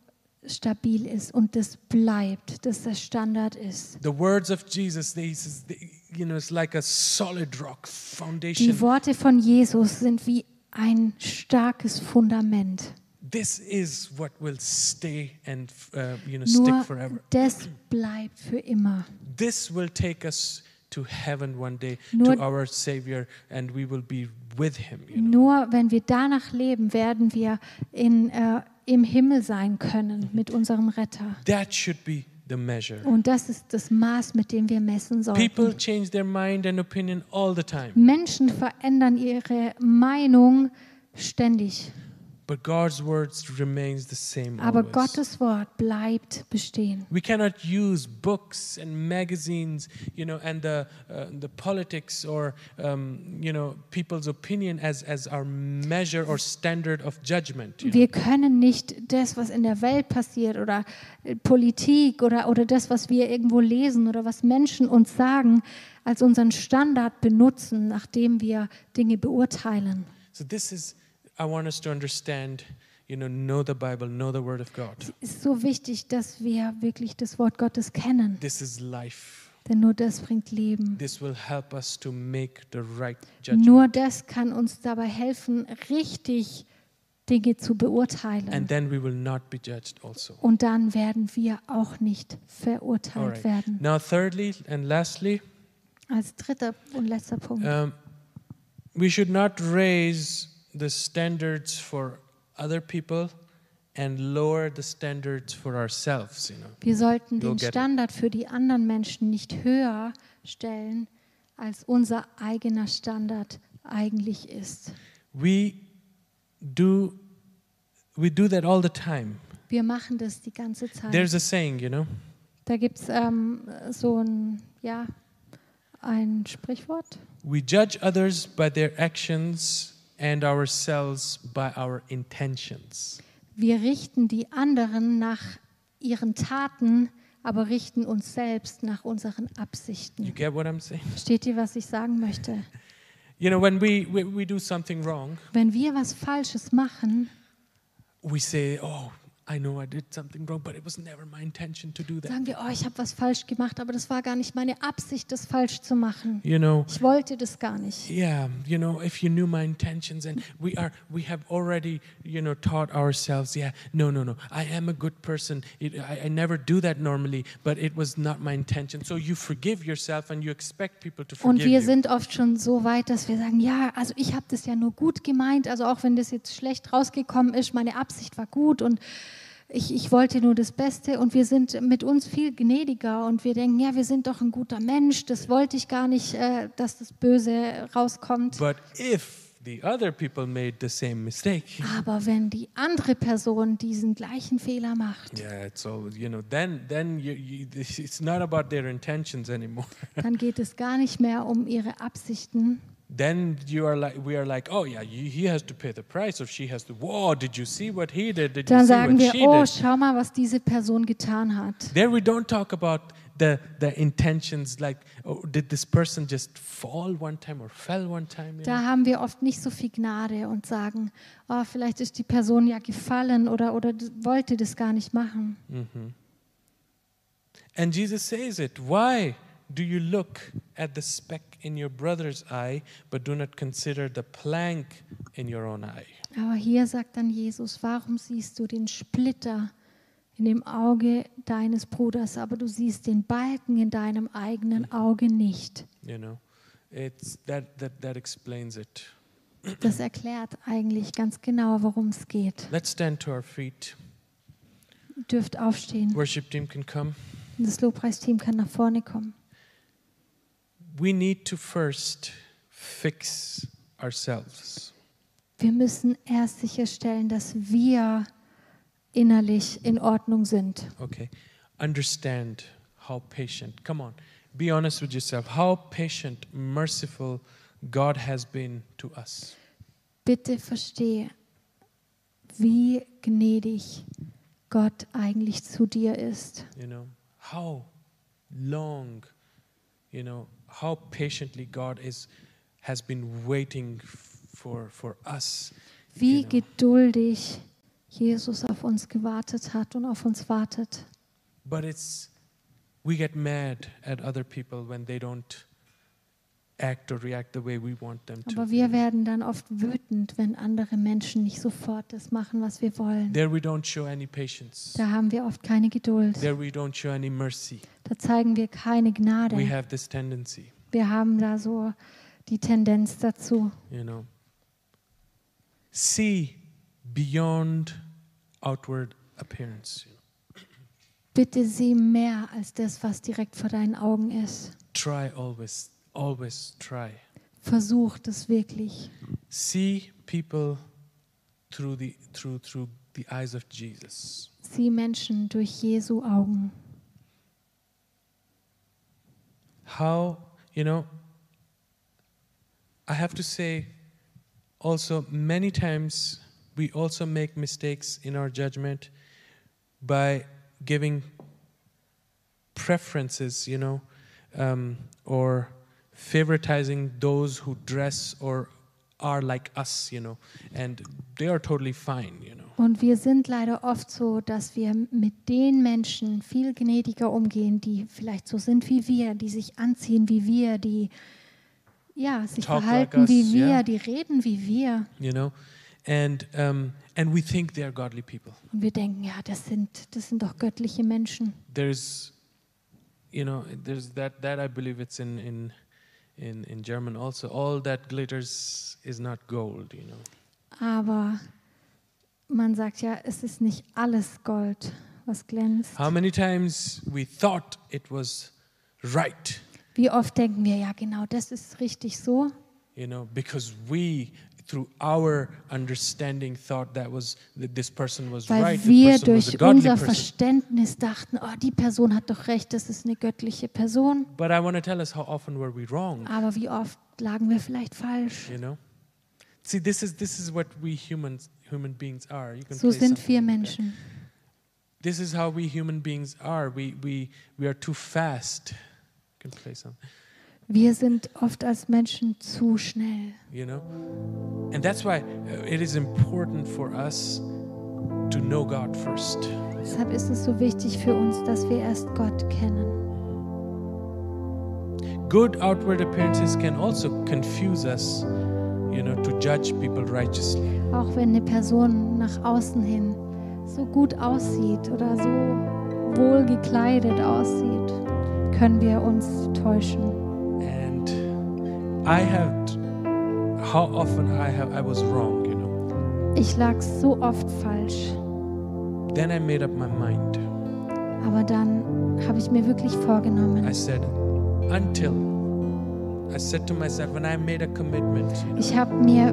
Speaker 2: stabil ist und das bleibt, dass der Standard ist.
Speaker 1: The words of Jesus, they, says, they- you know, it's like a solid rock foundation.
Speaker 2: Die Worte von Jesus sind wie ein starkes Fundament.
Speaker 1: This is what will stay and uh, you know stick
Speaker 2: Nur
Speaker 1: forever.
Speaker 2: das bleibt für immer.
Speaker 1: This will take us to heaven one day
Speaker 2: Nur-
Speaker 1: to our Savior, and we will be with Him. You know?
Speaker 2: Nur wenn wir danach leben, werden wir in, äh, im Himmel sein können mit unserem Retter.
Speaker 1: That should be the measure.
Speaker 2: Und das ist das Maß, mit dem wir messen
Speaker 1: People
Speaker 2: sollten.
Speaker 1: change their mind and opinion all the time,
Speaker 2: Menschen verändern ihre Meinung ständig,
Speaker 1: but God's words remains the same.
Speaker 2: aber
Speaker 1: always.
Speaker 2: Gottes Wort bleibt bestehen.
Speaker 1: We cannot use books and magazines, you know, and the uh, the politics or um, you know people's opinion as as our measure or standard of judgment. You know?
Speaker 2: Wir können nicht das, was in der Welt passiert oder äh, Politik oder, oder das, was wir irgendwo lesen oder was Menschen uns sagen, als unseren Standard benutzen, nachdem wir Dinge beurteilen.
Speaker 1: So this is I want us to understand, you know, know the Bible, know the Word of God.
Speaker 2: ist so wichtig, dass wir wirklich das Wort Gottes kennen.
Speaker 1: This is life.
Speaker 2: Denn nur das bringt Leben.
Speaker 1: This will help us to make the right judgment.
Speaker 2: Nur das kann uns dabei helfen, richtig Dinge zu
Speaker 1: And
Speaker 2: beurteilen.
Speaker 1: then we will not be judged also.
Speaker 2: Und dann werden wir auch nicht
Speaker 1: All
Speaker 2: verurteilt
Speaker 1: right.
Speaker 2: werden.
Speaker 1: Now, thirdly and lastly,
Speaker 2: Als dritter und letzter Punkt.
Speaker 1: um, we should not raise the standards for other people and lower the standards for ourselves. You know,
Speaker 2: Wir sollten
Speaker 1: you'll
Speaker 2: den
Speaker 1: get it.
Speaker 2: Standard für die anderen Menschen nicht höher stellen, als unser eigener Standard eigentlich ist.
Speaker 1: we do we do that all the time.
Speaker 2: Wir machen das die ganze Zeit.
Speaker 1: There's a saying, you know.
Speaker 2: Da gibt es ähm, so ein, ja, ein Sprichwort.
Speaker 1: We judge others by their actions and ourselves by our intentions.
Speaker 2: Wir richten die anderen nach ihren Taten, aber richten uns selbst nach unseren
Speaker 1: You
Speaker 2: Absichten.
Speaker 1: get what I'm saying?
Speaker 2: Versteht ihr, was ich sagen möchte?
Speaker 1: You know, when we, we, we do something wrong,
Speaker 2: Wenn wir was Falsches machen,
Speaker 1: we say, oh, I know I did something wrong, but it was never my intention to do that.
Speaker 2: Sagen wir, oh, ich habe was falsch gemacht, aber das war gar nicht meine Absicht, das falsch zu machen.
Speaker 1: You know,
Speaker 2: Ich wollte das gar nicht.
Speaker 1: yeah, you know, if you knew my intentions and we are we have already, you know, taught ourselves, yeah, no, no, no. I am a good person. It, I, I never do that normally, but it was not my intention. So you forgive yourself and you expect people to
Speaker 2: Und
Speaker 1: forgive
Speaker 2: wir
Speaker 1: you.
Speaker 2: sind oft schon so weit, dass wir sagen, ja, also ich habe das ja nur gut gemeint, also auch wenn das jetzt schlecht rausgekommen ist, meine Absicht war gut und ich, ich wollte nur das Beste und wir sind mit uns viel gnädiger und wir denken, ja, wir sind doch ein guter Mensch, das wollte ich gar nicht, äh, dass das Böse rauskommt.
Speaker 1: But if the other people made the same mistake,
Speaker 2: Aber wenn die andere Person diesen gleichen Fehler macht,
Speaker 1: yeah, it's all you know. Then, then you, you, it's not about their intentions anymore.
Speaker 2: dann geht es gar nicht mehr um ihre Absichten.
Speaker 1: Then you are like, we are like, oh yeah, you, he has to pay the price, or she has to. Whoa, did you see what he did? Did you
Speaker 2: Dann
Speaker 1: see
Speaker 2: sagen
Speaker 1: what
Speaker 2: wir,
Speaker 1: she
Speaker 2: oh,
Speaker 1: did?
Speaker 2: schau mal, was diese Person getan hat.
Speaker 1: There we don't talk about the the intentions. Like, oh, did this person just fall one time or fell one time? you know?
Speaker 2: Da haben wir oft nicht so viel Gnade und sagen, oh, vielleicht ist die Person ja gefallen oder, oder d- wollte das gar nicht machen.
Speaker 1: And Jesus says it. Why do you look at the speck in your brother's eye, but do not consider the plank in your own eye?
Speaker 2: Aber hier sagt dann Jesus, warum siehst du den Splitter in dem Auge deines Bruders, aber du siehst den Balken in deinem eigenen Auge nicht?
Speaker 1: You know, it's that that that explains it.
Speaker 2: Das erklärt eigentlich ganz genau, worum es geht.
Speaker 1: Let's stand to our feet.
Speaker 2: Ihr dürft aufstehen.
Speaker 1: Worship team can come.
Speaker 2: Das Lobpreisteam kann nach vorne kommen.
Speaker 1: We need to first fix ourselves.
Speaker 2: Wir müssen erst sicherstellen, dass wir innerlich in Ordnung sind.
Speaker 1: Okay. Understand how patient. Come on. Be honest with yourself. How patient, merciful God has been to us.
Speaker 2: Bitte verstehe, wie gnädig Gott eigentlich zu dir ist.
Speaker 1: you know how long you know how patiently god is has been waiting f- for for us
Speaker 2: Wie
Speaker 1: Genau.
Speaker 2: geduldig Jesus auf uns gewartet hat und auf uns wartet.
Speaker 1: but it's we get mad at other people when they don't act or react the way we want them to
Speaker 2: Aber wir werden dann oft wütend, wenn andere Menschen nicht sofort das machen, was wir wollen.
Speaker 1: there we don't show any patience
Speaker 2: Da haben wir oft keine Geduld.
Speaker 1: there we don't show any mercy
Speaker 2: Da zeigen wir keine Gnade.
Speaker 1: we have this tendency
Speaker 2: Wir haben da so die Tendenz dazu.
Speaker 1: you know see beyond outward appearance you know.
Speaker 2: Bitte sieh mehr als das, was direkt vor deinen Augen ist.
Speaker 1: try always always try
Speaker 2: Versuch das wirklich.
Speaker 1: see people through the through through the eyes of Jesus.
Speaker 2: Sieh Menschen durch Jesu Augen.
Speaker 1: How you know I have to say also many times we also make mistakes in our judgment by giving preferences, you know, um, or favoritizing those who dress or are like us, you know, and they are totally fine, you know.
Speaker 2: Und wir sind leider oft so, dass wir mit den Menschen viel gnädiger umgehen, die vielleicht so sind wie wir, die sich anziehen wie wir, die ja, sich
Speaker 1: Talk like
Speaker 2: verhalten
Speaker 1: us,
Speaker 2: wie wir,
Speaker 1: yeah.
Speaker 2: die reden wie wir.
Speaker 1: you know and um, and we think they are godly people
Speaker 2: Und wir denken, ja, das sind, das sind doch göttliche Menschen.
Speaker 1: there's you know there's that that i believe it's in in in, in german also all that glitters is not gold you know
Speaker 2: Aber man sagt ja, es ist nicht alles Gold, was glänzt.
Speaker 1: how many times we thought it was right
Speaker 2: Wie oft denken wir, ja genau, das ist richtig so,
Speaker 1: you know because we through our understanding thought that was that this person was
Speaker 2: weil
Speaker 1: right
Speaker 2: wir
Speaker 1: this person was a
Speaker 2: durch
Speaker 1: godly
Speaker 2: unser
Speaker 1: person
Speaker 2: Verständnis dachten, oh, die Person hat doch recht, das ist eine göttliche Person.
Speaker 1: but i want to tell us how often were we wrong
Speaker 2: Aber wie oft lagen wir vielleicht falsch?
Speaker 1: you know see this is this is what we humans human beings are you can
Speaker 2: So
Speaker 1: play
Speaker 2: sind
Speaker 1: something
Speaker 2: wir
Speaker 1: like that.
Speaker 2: Menschen.
Speaker 1: this is how we human beings are we we we are too fast you can play something
Speaker 2: Wir sind oft als Menschen zu schnell.
Speaker 1: you know and that's why uh, it is important for us to know God first.
Speaker 2: Deshalb ist es so wichtig für uns, dass wir erst Gott kennen.
Speaker 1: Good outward appearances can also confuse us, you know, to judge people righteously.
Speaker 2: Auch wenn eine Person nach außen hin so gut aussieht oder so wohl gekleidet aussieht, können wir uns täuschen.
Speaker 1: And I have, how often I have, I was wrong, you know.
Speaker 2: Ich lag so oft falsch,
Speaker 1: Then I made up my mind.
Speaker 2: aber dann habe ich mir wirklich vorgenommen.
Speaker 1: I said, until I said to myself, when I made a commitment, you know,
Speaker 2: Ich habe mir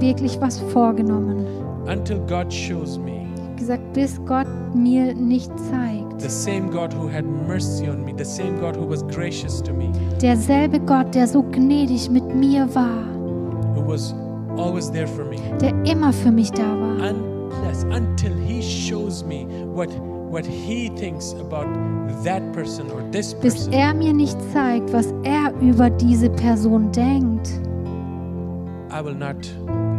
Speaker 2: wirklich was vorgenommen.
Speaker 1: until God shows me
Speaker 2: Ich habe gesagt, bis Gott mir nicht zeigt.
Speaker 1: the same God who had mercy on me, the same God who was gracious to me,
Speaker 2: Derselbe Gott, der so gnädig mit mir war,
Speaker 1: who was always there for me,
Speaker 2: der immer für mich da war.
Speaker 1: unless until He shows me what what He thinks about that person or this
Speaker 2: Bis
Speaker 1: person,
Speaker 2: er mir nicht zeigt, was er über diese Person denkt,
Speaker 1: I will not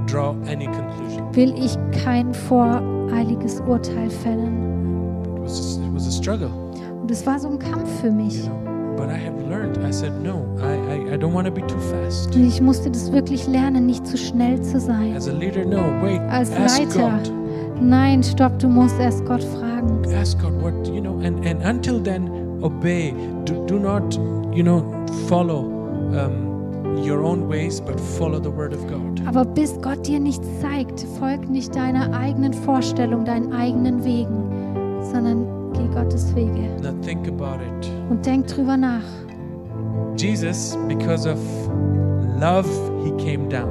Speaker 1: draw any conclusion.
Speaker 2: will ich kein voreiliges Urteil fällen.
Speaker 1: It was just, it was a struggle,
Speaker 2: Und es war so ein Kampf für
Speaker 1: you
Speaker 2: mich.
Speaker 1: know. But I have learned. I said no. I I, I don't want to be too fast.
Speaker 2: Und ich musste das wirklich lernen, nicht zu schnell zu sein.
Speaker 1: As a leader, no. Wait.
Speaker 2: Als
Speaker 1: ask
Speaker 2: Leiter,
Speaker 1: God.
Speaker 2: nein, stopp, du musst erst Gott fragen.
Speaker 1: ask God what you know, and and until then, obey. Do, do not you know follow um, your own ways, but follow the word of God.
Speaker 2: Aber bis Gott dir nichts zeigt, folg nicht deiner eigenen Vorstellung, deinen eigenen Wegen, sondern geh Gottes Wege.
Speaker 1: Now think about it.
Speaker 2: Und denk drüber nach.
Speaker 1: Jesus, because of love, he came down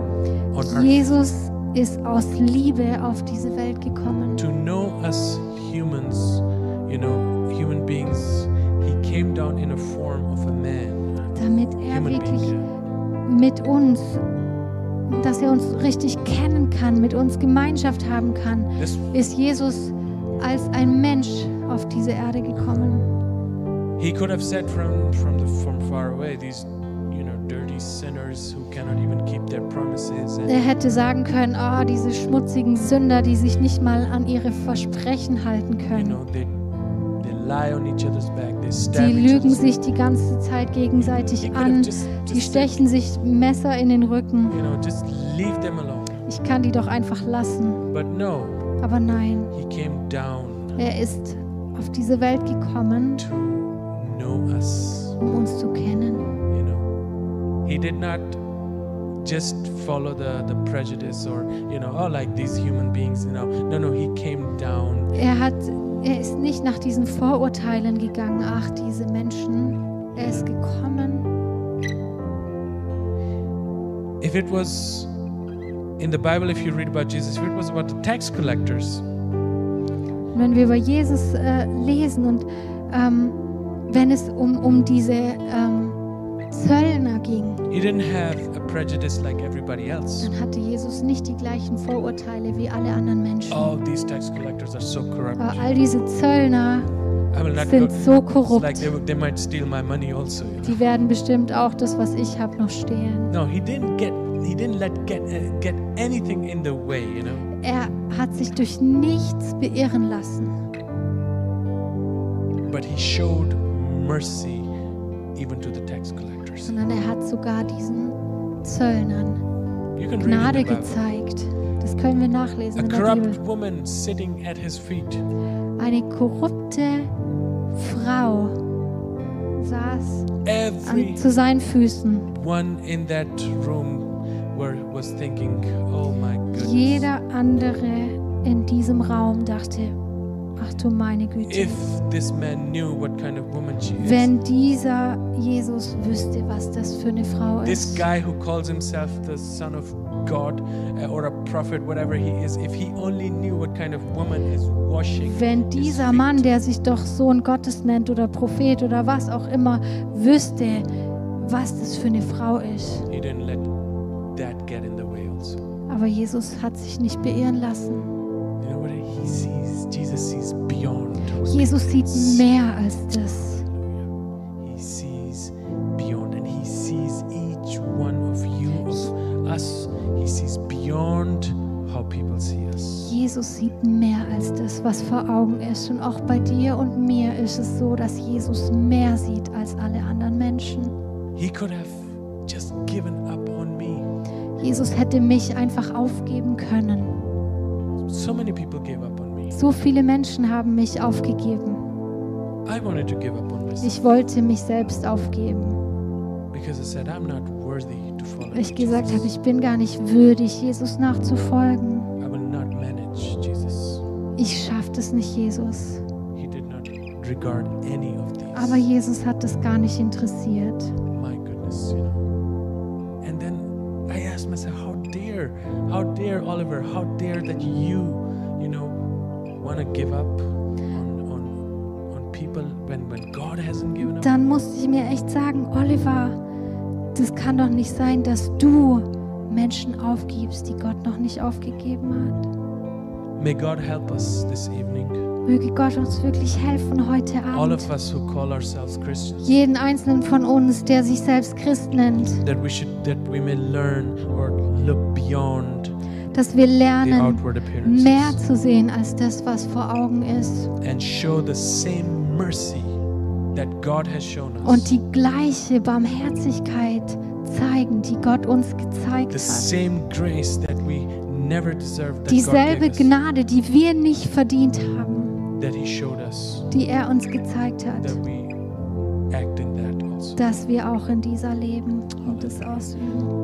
Speaker 1: on earth
Speaker 2: Jesus ist aus Liebe auf diese Welt gekommen.
Speaker 1: to know us humans, you know, human beings. He came down in a form of a man,
Speaker 2: damit er
Speaker 1: human
Speaker 2: wirklich
Speaker 1: being.
Speaker 2: mit uns, dass er uns richtig kennen kann, mit uns Gemeinschaft haben kann,
Speaker 1: This
Speaker 2: ist Jesus als ein Mensch auf diese Erde gekommen.
Speaker 1: He could have said from from the from far away, these you know dirty sinners who cannot even keep their promises.
Speaker 2: Er
Speaker 1: And
Speaker 2: hätte sagen können, oh, diese schmutzigen Sünder, die sich nicht mal an ihre Versprechen halten
Speaker 1: you
Speaker 2: können.
Speaker 1: know they they lie on each other's back, they stab
Speaker 2: Die
Speaker 1: each
Speaker 2: lügen
Speaker 1: other's
Speaker 2: sich die ganze Zeit
Speaker 1: He
Speaker 2: gegenseitig
Speaker 1: could have
Speaker 2: an.
Speaker 1: just,
Speaker 2: Die
Speaker 1: just said,
Speaker 2: stechen sich Messer in den Rücken.
Speaker 1: you know just leave them alone.
Speaker 2: Ich kann die doch einfach lassen.
Speaker 1: But no,
Speaker 2: Aber nein,
Speaker 1: he came down
Speaker 2: er ist auf diese Welt gekommen,
Speaker 1: to know us.
Speaker 2: um uns zu kennen.
Speaker 1: You know, he did not just follow the the prejudice or you know oh like these human beings. You know no no he came down
Speaker 2: Er, hat, er ist nicht nach diesen Vorurteilen gegangen, ach, diese Menschen. Er ist gekommen.
Speaker 1: if it was in the Bible, if you read about Jesus, if it was about the tax collectors,
Speaker 2: Und wenn wir über Jesus äh, lesen und ähm, wenn es um, um diese ähm, Zöllner ging,
Speaker 1: he didn't have a prejudice like everybody else.
Speaker 2: dann hatte Jesus nicht die gleichen Vorurteile wie alle anderen Menschen.
Speaker 1: Oh, these tax collectors are so corrupt.
Speaker 2: Aber all diese Zöllner
Speaker 1: I will not go.
Speaker 2: sind Uh, so
Speaker 1: It's
Speaker 2: korrupt.
Speaker 1: like they, would- they might steal my money also. you know.
Speaker 2: Die werden bestimmt auch das, was ich habe, noch stehlen.
Speaker 1: No, he didn't get. He didn't let get uh, get anything in the way. You know,
Speaker 2: Er hat sich durch nichts beirren lassen,
Speaker 1: but he showed mercy even to the tax collectors.
Speaker 2: sondern er hat sogar diesen Zöllnern
Speaker 1: You can read
Speaker 2: Gnade
Speaker 1: in the Bible.
Speaker 2: gezeigt. Das können wir
Speaker 1: A
Speaker 2: nachlesen in der
Speaker 1: corrupt
Speaker 2: Bibel.
Speaker 1: woman sitting at his feet.
Speaker 2: Eine korrupte Frau saß an,
Speaker 1: Every
Speaker 2: zu seinen Füßen.
Speaker 1: one in that room were, was thinking, oh my goodness,
Speaker 2: Jeder andere in diesem Raum dachte, ach du meine Güte,
Speaker 1: if this man knew what kind of woman she is,
Speaker 2: wenn dieser Jesus wüsste, was das für eine Frau
Speaker 1: this
Speaker 2: ist.
Speaker 1: guy who calls himself the son of God uh, or a prophet, whatever he is, if he only knew what kind of woman is washing
Speaker 2: Wenn
Speaker 1: his
Speaker 2: dieser
Speaker 1: feet."
Speaker 2: Mann, der sich doch Sohn Gottes nennt oder Prophet oder was auch immer, wüsste, was das für eine Frau ist.
Speaker 1: he didn't let that get in the way also.
Speaker 2: Aber Jesus hat sich nicht beirren lassen.
Speaker 1: You know what he sees? Jesus sees beyond. what
Speaker 2: Jesus sieht
Speaker 1: people see.
Speaker 2: mehr als das.
Speaker 1: He sees beyond and he sees each one of you, of us. He sees beyond how people see us.
Speaker 2: Jesus sieht mehr als das, was vor Augen ist. Und auch bei dir und mir ist es so, dass Jesus mehr sieht als alle anderen Menschen.
Speaker 1: He could have just given up on me.
Speaker 2: Jesus hätte mich einfach aufgeben können.
Speaker 1: So many people gave up on me.
Speaker 2: So viele Menschen haben mich aufgegeben.
Speaker 1: I wanted to give up on myself
Speaker 2: Ich wollte mich selbst aufgeben.
Speaker 1: because I said, I'm not worthy to follow
Speaker 2: Weil ich
Speaker 1: you,
Speaker 2: gesagt habe,
Speaker 1: Jesus.
Speaker 2: ich bin gar nicht würdig, Jesus nachzufolgen.
Speaker 1: I will not manage Jesus.
Speaker 2: Ich schaff das nicht, Jesus.
Speaker 1: He did not regard any of these.
Speaker 2: Aber Jesus hat das gar nicht interessiert.
Speaker 1: My goodness, you know. And then I asked myself, how dare, how dare Oliver, how dare that you, you know, want to give up on, on, on people when, when God hasn't given up?
Speaker 2: Dann musste ich mir echt sagen, Oliver, das kann doch nicht sein, dass du Menschen aufgibst, die Gott noch nicht aufgegeben hat.
Speaker 1: May God help us this evening.
Speaker 2: Möge Gott uns wirklich helfen heute
Speaker 1: All
Speaker 2: Abend.
Speaker 1: of us who call ourselves Christians.
Speaker 2: Jeden einzelnen von uns, der sich selbst Christ nennt,
Speaker 1: That we should, that we may learn or look beyond
Speaker 2: dass wir
Speaker 1: the
Speaker 2: lernen,
Speaker 1: outward appearances
Speaker 2: mehr zu sehen als das, was vor Augen ist.
Speaker 1: and show the same mercy that God has shown us.
Speaker 2: Und die gleiche Barmherzigkeit zeigen, die Gott uns gezeigt
Speaker 1: the
Speaker 2: hat.
Speaker 1: same grace that we never deserved that God
Speaker 2: Dieselbe
Speaker 1: gave us,
Speaker 2: Gnade, die wir nicht verdient haben,
Speaker 1: that he showed us
Speaker 2: die er uns gezeigt
Speaker 1: that
Speaker 2: hat,
Speaker 1: we act in that also
Speaker 2: dass wir auch in dieser leben und es ausüben.